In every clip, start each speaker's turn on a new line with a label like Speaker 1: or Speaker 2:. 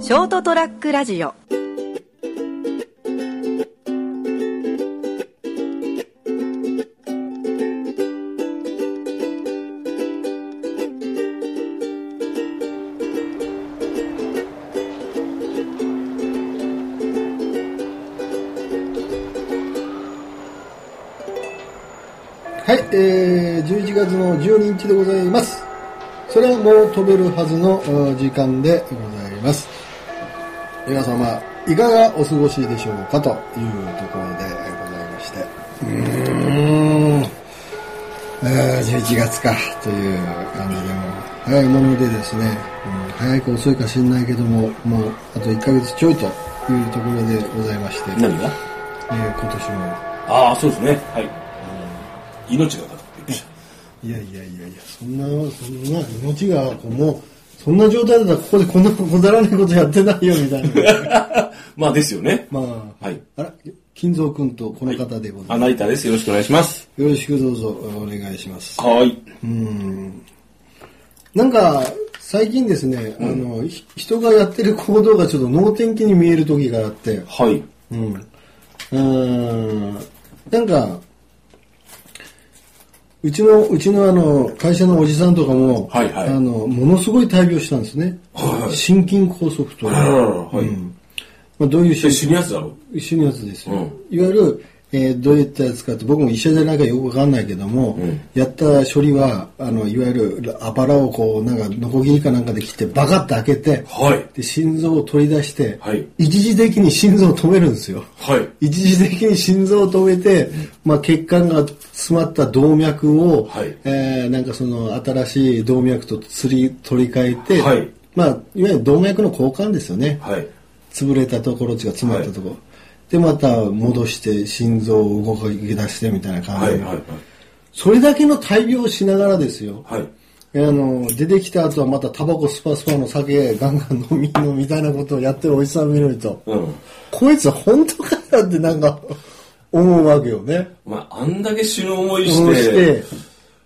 Speaker 1: ショートトラックラジオ
Speaker 2: はい、えー、11月の12日でございます。それも飛べるはずのあー時間でございます。皆様、いかがお過ごしでしょうかというところでございまして。うーん、えー11月かという感じで、もう早いものでですね、うん早いか遅いか知んないけども、もうあと1ヶ月ちょいというところでございまして、え
Speaker 3: 何が
Speaker 2: ー今年も
Speaker 3: ああ、そうですね。はい。命がかかっていまし
Speaker 2: いやいやいやいや、そんな、そんな、命が、こうもう、そんな状態だったら、ここでこんなこだらないことやってないよ、みたいな。
Speaker 3: た。まあですよね。
Speaker 2: まあ、
Speaker 3: はい。
Speaker 2: あら、金蔵君とこの方でござ
Speaker 3: ア
Speaker 2: いま
Speaker 3: ナイタです。よろしくお願いします。
Speaker 2: す。よろしくどうぞお願いします。
Speaker 3: はい。
Speaker 2: うん。なんか、最近ですね、あの、ひ人がやってる行動がちょっと脳天気に見える時があって、
Speaker 3: はい。
Speaker 2: うん。うーん。なんか、うちの、うちのあの、会社のおじさんとかも、
Speaker 3: はいはい
Speaker 2: あの、ものすごい大病したんですね。
Speaker 3: はい
Speaker 2: 心筋梗塞と。
Speaker 3: はい。
Speaker 2: まあ、どういう
Speaker 3: で死ぬやつだろ
Speaker 2: 一緒のやつですよ、
Speaker 3: うん
Speaker 2: いわゆる、えーどういったやつかって僕も医者じゃないからよくわかんないけども、
Speaker 3: ん
Speaker 2: やった処理はあのいわゆるあばらをこうなんかノコギリかなんかで切ってバカッと開けて、
Speaker 3: はい
Speaker 2: で心臓を取り出して、
Speaker 3: はい
Speaker 2: 一時的に心臓を止めるんですよ
Speaker 3: はい。
Speaker 2: 一時的に心臓を止めて、まあ、血管が詰まった動脈を、
Speaker 3: はい
Speaker 2: えーなんかその新しい動脈とつり取り替えて、
Speaker 3: はい
Speaker 2: まあ、いわゆる動脈の交換ですよね、
Speaker 3: はい。
Speaker 2: 潰れたところ違う詰まったところ、でまた戻して心臓を動かし出してみたいな感
Speaker 3: は
Speaker 2: じ
Speaker 3: い。
Speaker 2: で、
Speaker 3: はい。
Speaker 2: それだけの大病をしながらですよ、
Speaker 3: はい。
Speaker 2: あの出てきた後はまたタバコスパスパの酒ガンガン飲みのみたいなことをやってるおじさん見ると、
Speaker 3: うん。
Speaker 2: こいつ本当かなってなんか思うわけよね。
Speaker 3: まあ、あんだけ死ぬ思い
Speaker 2: そう
Speaker 3: し
Speaker 2: してて、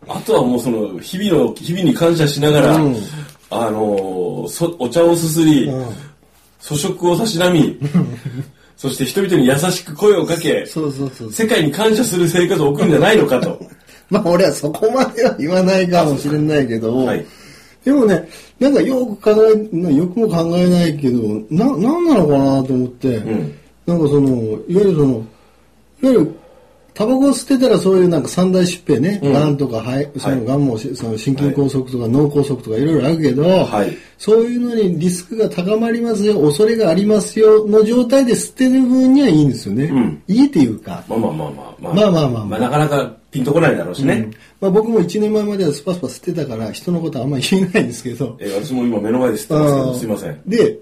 Speaker 3: あとはもうその、日々の、日々に感謝しながら、
Speaker 2: うん
Speaker 3: あのーそ、お茶をすすり、
Speaker 2: うん
Speaker 3: 粗食をたしな み、そして人々に優しく声をかけ、
Speaker 2: そうそうそう
Speaker 3: 世界に感謝する生活を送るんじゃないのかと。
Speaker 2: まあ俺はそこまでは言わないかもしれないけど、
Speaker 3: はい
Speaker 2: でもね、なんかよく考え、なよくも考えないけど、な、なんなのかなと思って、
Speaker 3: ん
Speaker 2: なんかその、いわゆるその、いわゆる、タバコを捨てたらそういうなんか三大疾病ね、
Speaker 3: うん
Speaker 2: が、んとか、はい、そ
Speaker 3: は
Speaker 2: の
Speaker 3: い
Speaker 2: がんも、その心筋梗塞とか脳梗塞とかいろいろあるけど、
Speaker 3: はい
Speaker 2: そういうのにリスクが高まりますよ、恐れがありますよ、の状態で捨てる分にはいいんですよね。
Speaker 3: うん
Speaker 2: いいっていうか、
Speaker 3: まあまあまあまあまあ。
Speaker 2: まあまあまあまあ
Speaker 3: なかなかピンとこないだろうしね。
Speaker 2: まあ、僕も1年前まではスパスパ捨てたから人のことはあんまり言えないんですけど
Speaker 3: えー私も今目の前で知ってますけど、すいません。
Speaker 2: で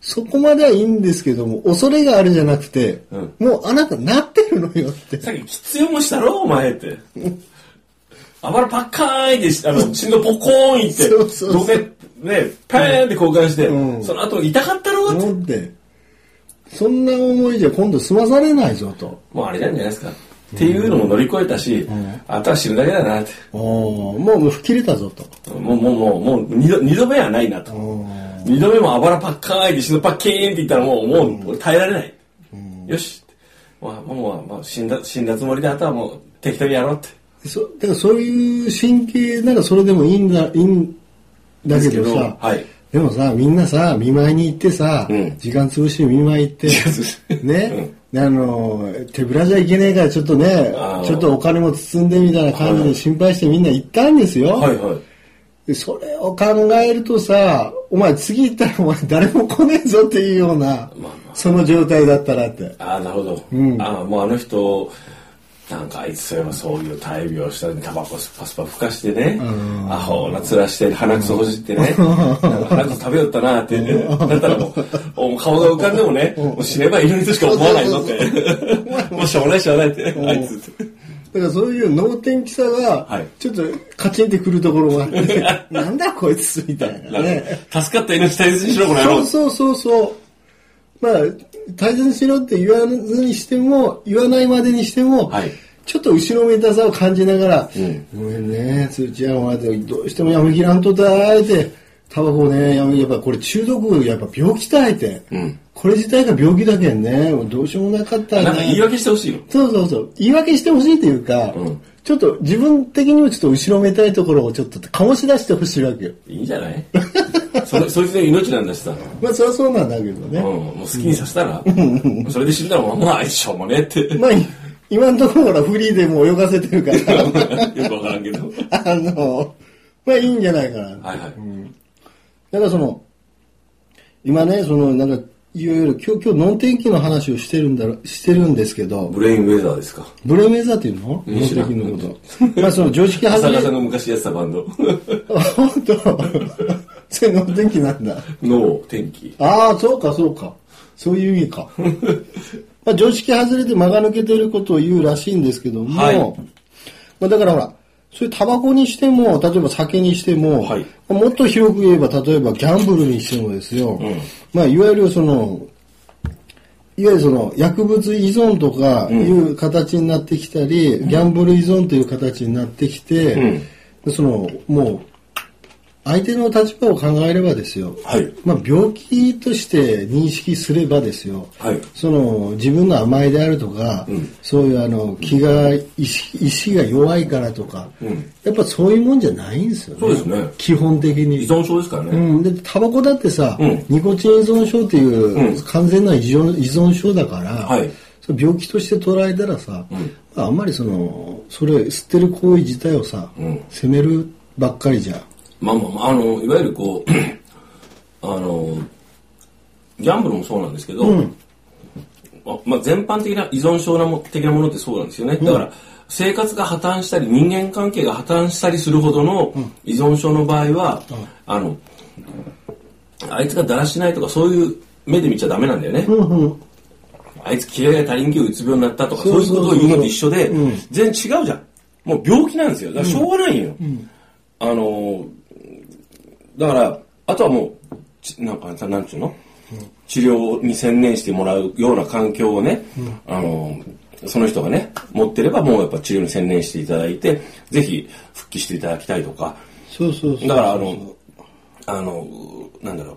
Speaker 2: そこまではいいんですけども恐れがあるじゃなくて、
Speaker 3: うん
Speaker 2: もうあなたなってるのよって
Speaker 3: さっき喫煙もしたろ、お前って。あばらパッカーンって、あの、心臓ポコーンいって、
Speaker 2: そうそうそう
Speaker 3: 動脈ね、パーンって交換して、
Speaker 2: うん
Speaker 3: その後痛かったろって。
Speaker 2: 思ってそんな思いじゃ今度済まされないぞと
Speaker 3: もうあれなんじゃないですか。っていうのも乗り越えたし、
Speaker 2: ん
Speaker 3: あとは死ぬだけだなって。
Speaker 2: おーもう吹っ切れたぞと
Speaker 3: もう、もう、もう、もう二度、二度目はないなと。
Speaker 2: お
Speaker 3: 二度目もあばらパッカーンって死ぬパッケーンって言ったらもう、もう、俺耐えられない。よし。まあ、もう、まあ、死んだ、死んだつもりで、あとはもう、適当にやろうって。
Speaker 2: ーそだからそういう神経ならそれでもいいんだいいんだけど
Speaker 3: ですけ
Speaker 2: さ
Speaker 3: どはい
Speaker 2: でもさみんなさ見舞いに行ってさ、
Speaker 3: うん
Speaker 2: 時間潰して見舞い行って
Speaker 3: 時間潰して
Speaker 2: ね、あの手ぶらじゃいけねえからちょっとね
Speaker 3: あー
Speaker 2: ちょっとお金も包んでみたいな感じで心配してみんな行ったんですよ、
Speaker 3: はいはい。
Speaker 2: でそれを考えるとさお前次行ったらお前誰も来ねえぞっていうような、
Speaker 3: まあ
Speaker 2: その状態だったらって
Speaker 3: ああ、なるほど。
Speaker 2: うん
Speaker 3: ああ、もうあの人、なんかあいつそういえばそういう大病したのにタバコスパスパ吹かしてね、
Speaker 2: ん
Speaker 3: アホな面して鼻くそほじってね、なんか鼻くそ食べよったなって、ね、だったらもう、もう顔が浮かんでもね、もう死ねばいいのにとしか思わないぞって
Speaker 2: そうそうそ、う
Speaker 3: もうしょうがないしょうがないって、
Speaker 2: ん
Speaker 3: あいつって。
Speaker 2: だからそういう能天気さ
Speaker 3: は
Speaker 2: が
Speaker 3: い
Speaker 2: ちょっとカチンってくるところがあって、 なんだこいつみたいな
Speaker 3: なん
Speaker 2: ね
Speaker 3: か助かった命大切にしろ、この野郎。
Speaker 2: そうそうそうそう。まあ、大切にしろって言わずにしても、言わないまでにしても、
Speaker 3: はい
Speaker 2: ちょっと後ろめたさを感じながら、
Speaker 3: うん
Speaker 2: ごめんね、土屋お前どうしてもやめきらんとだーって、タバコね、ややっぱこれ中毒、やっぱ病気体って、
Speaker 3: ん
Speaker 2: これ自体が病気だけんね、もうどうしようもなかったね
Speaker 3: なんか言い訳してほしいよ。
Speaker 2: そうそうそう。言い訳してほしいというか、
Speaker 3: うん
Speaker 2: ちょっと自分的にもちょっと後ろめたいところをちょっと醸し出してほしいわけよ。
Speaker 3: いいんじゃない そそいつの命なんだしさ。
Speaker 2: まあそりゃそうなんだけど
Speaker 3: うん、
Speaker 2: ね。
Speaker 3: もう好きにさせたら、それで死んだら、まあ、しょうもね えって。
Speaker 2: まあ今のところほらフリーでもう泳がせてるから、
Speaker 3: よくわからんけど。
Speaker 2: あの、まあいいんじゃないかな。
Speaker 3: はいはい。
Speaker 2: だからその、今ね、そのなんか、いろいろ今日、今日、ノン天気の話をしてるんだろ、してるんですけど、
Speaker 3: ブレインウェザーですか。
Speaker 2: ブレメーザーっていうのノン
Speaker 3: 知ら
Speaker 2: 天
Speaker 3: ん
Speaker 2: 気のこと。まあその常識
Speaker 3: 浅
Speaker 2: 外れ
Speaker 3: 香さ。んが昔やってたバンド。
Speaker 2: あ 本当。 それノン天気なんだ。
Speaker 3: の天気。
Speaker 2: ああ、そうか、そうか。そういう意味 か。まあ、常識外れて間が抜けてることを言うらしいんですけども、
Speaker 3: はい
Speaker 2: まあ、だからほら、そういうタバコにしても、例えば酒にしても、
Speaker 3: はい
Speaker 2: まあもっと広く言えば、例えばギャンブルにしてもですよ、まあ、いわゆるその、いわゆるその薬物依存とかいう形になってきたり、ギャンブル依存という形になってきて、でそのもう相手の立場を考えればですよ、
Speaker 3: はい
Speaker 2: まあ、病気として認識すればですよ、
Speaker 3: はい
Speaker 2: その自分の甘えであるとか、そういうあの気が意識意識が弱いからとか、やっぱそういうもんじゃないんですよね
Speaker 3: そうですね
Speaker 2: 基本的
Speaker 3: 依
Speaker 2: に。
Speaker 3: 存症ですから
Speaker 2: う
Speaker 3: ね。
Speaker 2: ん、でタバコだってさ、
Speaker 3: うん
Speaker 2: ニコチン依存症っていうう完全な依存依存症だから、
Speaker 3: はい
Speaker 2: それ病気として捉えたらさ、まああんまりそのそれ吸ってる行為自体をさ、
Speaker 3: うん
Speaker 2: 責めるばっかりじゃん。
Speaker 3: まあまあまあ、あの、いわゆるこう、 あの、ギャンブルもそうなんですけど、まあまあ、全般的な依存症なも的なものってそうなんですよね。だから、生活が破綻したり、人間関係が破綻したりするほどの依存症の場合は、あの、あいつがだらしないとか、そういう目で見ちゃダメなんだよね。あいつ嫌いや他人気をうつ病になったとか、
Speaker 2: そ
Speaker 3: そうう
Speaker 2: そう
Speaker 3: い
Speaker 2: そ
Speaker 3: う
Speaker 2: う
Speaker 3: ことを言うのと一緒で、全然違うじゃん。もう病気なんですよ。だからしょうがないよ。あの、だから、あとはもう、ちなんか、なんていうの、治療に専念してもらうような環境をね、あの、その人がね、持ってればもうやっぱ治療に専念していただいて、ぜひ復帰していただきたいとか、
Speaker 2: そうそうそう。
Speaker 3: だからあの、あの、なんだろう。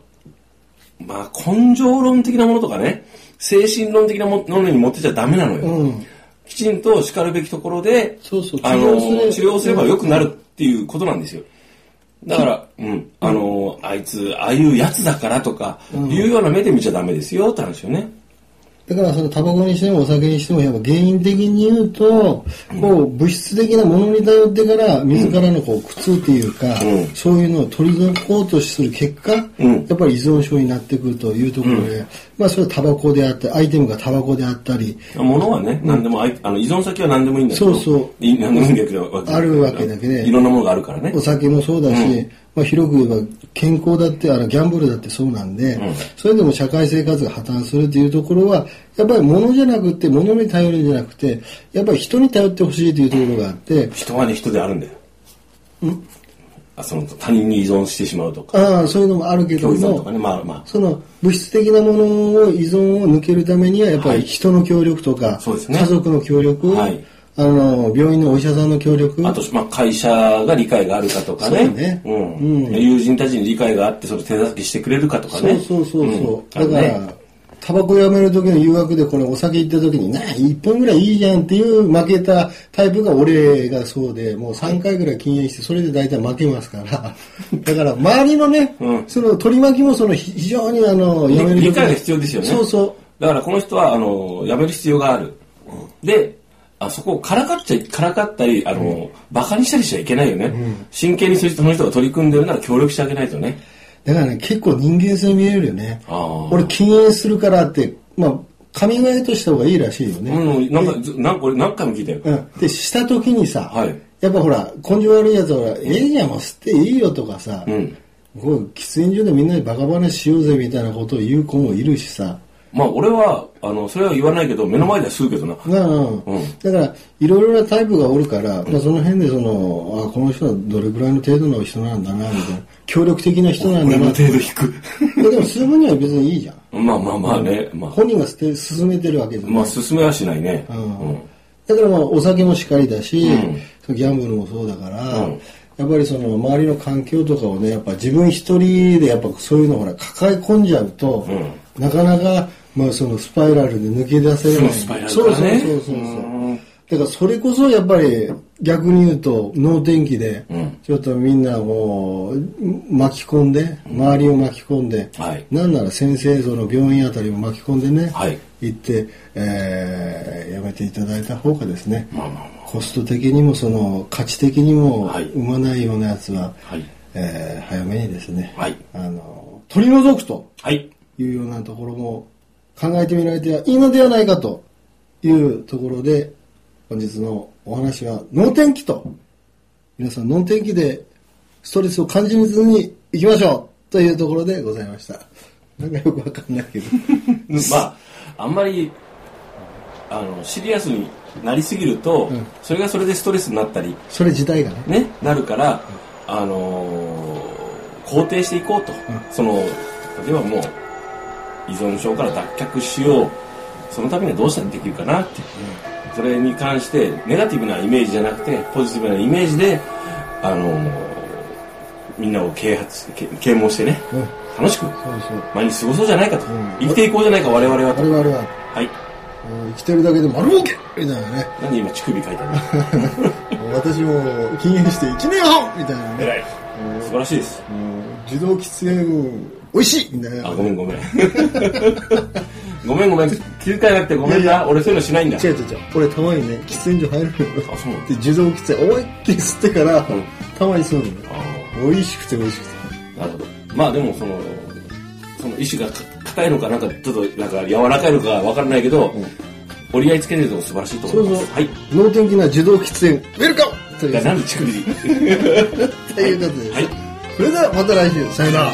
Speaker 3: まあ、根性論的なものとかね、精神論的なもものに持ってちゃダメなのよ。
Speaker 2: うん
Speaker 3: きちんと叱るべきところで、
Speaker 2: そうそう
Speaker 3: あ
Speaker 2: 治療
Speaker 3: の
Speaker 2: すれ
Speaker 3: 治療すれば良くなるっていうことなんですよ。だから、うん、あの、あいつ、ああいうやつだからとか、いうような目で見ちゃダメですよって話よね。
Speaker 2: だからそのタバコにしてもお酒にしてもやっぱ原因的に言うと、こう物質的なものに頼ってから自らのこう苦痛っていうか、
Speaker 3: うん
Speaker 2: そういうのを取り除こうとする結果、
Speaker 3: うん
Speaker 2: やっぱり依存症になってくるというところで、まあそれはタバコであったりアイテムがタバコであったり
Speaker 3: 物はね、何でもあい、あの依存先は何でもいいんだけど、
Speaker 2: そうそう
Speaker 3: い何でもいいんだけど、
Speaker 2: あるわけだけで
Speaker 3: いろんなものがあるからね。
Speaker 2: お酒もそうだし、まあ、広く言えば健康だってあのギャンブルだってそうなんで、それでも社会生活が破綻するというところはやっぱり物じゃなくて物に頼るんじゃなくてやっぱり人に頼ってほしいというところがあって、
Speaker 3: 人はね人であるんだよあその他人に依存してしまうとか
Speaker 2: ああそういうのもあるけど
Speaker 3: 共依存と
Speaker 2: も、
Speaker 3: かねまあまあ
Speaker 2: その物質的なものを依存を抜けるためにはやっぱり人の協力とか、
Speaker 3: そうですね
Speaker 2: 家族の協力、
Speaker 3: はい
Speaker 2: あの病院のお医者さんの協力
Speaker 3: あと、まあ、会社が理解があるかとか
Speaker 2: そ
Speaker 3: ね
Speaker 2: うね
Speaker 3: ん友人たちに理解があってそれ手助けしてくれるかとか
Speaker 2: そう
Speaker 3: ね
Speaker 2: そうそうそう、
Speaker 3: ん
Speaker 2: だから、
Speaker 3: あのね
Speaker 2: タバコやめる時の誘惑でこれお酒行った時になあ1本ぐらいいいじゃんっていう負けたタイプが俺がそうでもう3回ぐらい禁煙してそれで大体負けますから だから周りのね、
Speaker 3: うん
Speaker 2: その取り巻きもその非非常にあのやめる
Speaker 3: 理
Speaker 2: 時
Speaker 3: 理解が必要ですよね
Speaker 2: そうそう
Speaker 3: だからこの人はあのやめる必要がある、であそこをからかっちゃいからかったりあの、バカにしたりしちゃいけないよね、真剣にその人が取り組んでるなら協力してあげないとね
Speaker 2: だからね、結構人間性見えるよね。
Speaker 3: あー
Speaker 2: 俺禁煙するからって、まあ、カミングアウトした方がいいらしいよね。
Speaker 3: うん、なんかずなんか俺何回も聞いたよ、
Speaker 2: うん。で、した時にさ、
Speaker 3: はい
Speaker 2: やっぱほら、根性悪いやつはほら、ええじゃん、もう吸っていいよとかさ、
Speaker 3: ん
Speaker 2: こう喫煙所でみんなでバカ話しようぜみたいなことを言う子もいるしさ、
Speaker 3: まあ俺はあのそれは言わないけど目の前ではするけどな、
Speaker 2: なあだからいろいろなタイプがおるから、まあ、その辺でそのあこの人はどれぐらいの程度の人なんだなみたいな協力的な人なんだ
Speaker 3: 俺の
Speaker 2: なって
Speaker 3: 程度低く
Speaker 2: でも吸う分には別にいいじゃん
Speaker 3: まあまあまあね、まあ、
Speaker 2: 本人が捨て進めてるわけじゃない、
Speaker 3: まあ進めはしないね、
Speaker 2: うんだからまあお酒もしっかりだし、
Speaker 3: うん
Speaker 2: そのギャンブルもそうだから、
Speaker 3: うん
Speaker 2: やっぱりその周りの環境とかをねやっぱ自分一人でやっぱそういうのほら抱え込んじゃうと、なかなか、まあ、そのスパイラルで抜け出せない
Speaker 3: そうスパイラル
Speaker 2: そ
Speaker 3: か
Speaker 2: う
Speaker 3: ら
Speaker 2: そう
Speaker 3: ね
Speaker 2: そうそうそうだからそれこそやっぱり逆に言うと能天気で、
Speaker 3: うん
Speaker 2: ちょっとみんなもう巻き込んで周りを巻き込んで、
Speaker 3: はい
Speaker 2: なんなら先生その病院あたりも巻き込んでね、
Speaker 3: はい
Speaker 2: 行って、えーやめていただいた方がですね、
Speaker 3: まあまあま
Speaker 2: コスト的にもその価値的にも
Speaker 3: はい
Speaker 2: 生まないようなやつは、
Speaker 3: あ。はい。
Speaker 2: えー早めにですね、
Speaker 3: はい
Speaker 2: あの取り除くと
Speaker 3: はい。
Speaker 2: いうようなところも考えてみられてはいいのではないかというところで本日のお話は脳天気と皆さん脳天気でストレスを感じずにいきましょうというところでございましたなんかよくわかんないけど
Speaker 3: まあ、あんまり、あの、シリアスになりすぎると、
Speaker 2: うん
Speaker 3: それがそれでストレスになったり、
Speaker 2: それ自体がね
Speaker 3: ね、なるから、あのー肯定していこうと、その例えばもう依存症から脱却しようそのためにはどうしたらできるかなって、それに関してネガティブなイメージじゃなくてポジティブなイメージで、あのーみんなを啓発け啓蒙してね
Speaker 2: うん
Speaker 3: 楽しく
Speaker 2: そうそう
Speaker 3: 毎日過ごそうじゃないかと、
Speaker 2: ん
Speaker 3: 生きていこうじゃないか我々はと、
Speaker 2: 我々は
Speaker 3: はい
Speaker 2: うん生きてるだけで丸儲けみたいなね
Speaker 3: 何今乳首書い たの
Speaker 2: 私も禁煙して1年半みたいなね、
Speaker 3: 偉い素晴らしいです
Speaker 2: うん自動喫煙美味しいみたいな
Speaker 3: あ、ごめんごめん。 ごめんごめん。気遣いなくてごめん
Speaker 2: いやいや
Speaker 3: な。俺そういうのしないんだ。
Speaker 2: 違う違う違う俺たまにね喫煙所入るのよ
Speaker 3: あそうなの
Speaker 2: で自動喫煙思いっきり吸ってから、
Speaker 3: ん
Speaker 2: たまにするのよ
Speaker 3: あー
Speaker 2: 美味しくて美味しくて
Speaker 3: なるほど。まあでもその、その意志がか硬いのかなんかちょっとなんか柔らかいのかわからないけど、折り合いつけてるのも素晴らしいと思います。はい。
Speaker 2: 能天気な自動喫煙ウェルカムとい
Speaker 3: じゃあ
Speaker 2: う
Speaker 3: なんで乳首で
Speaker 2: ということで、
Speaker 3: はい。
Speaker 2: それではまた来週さよなら
Speaker 1: ー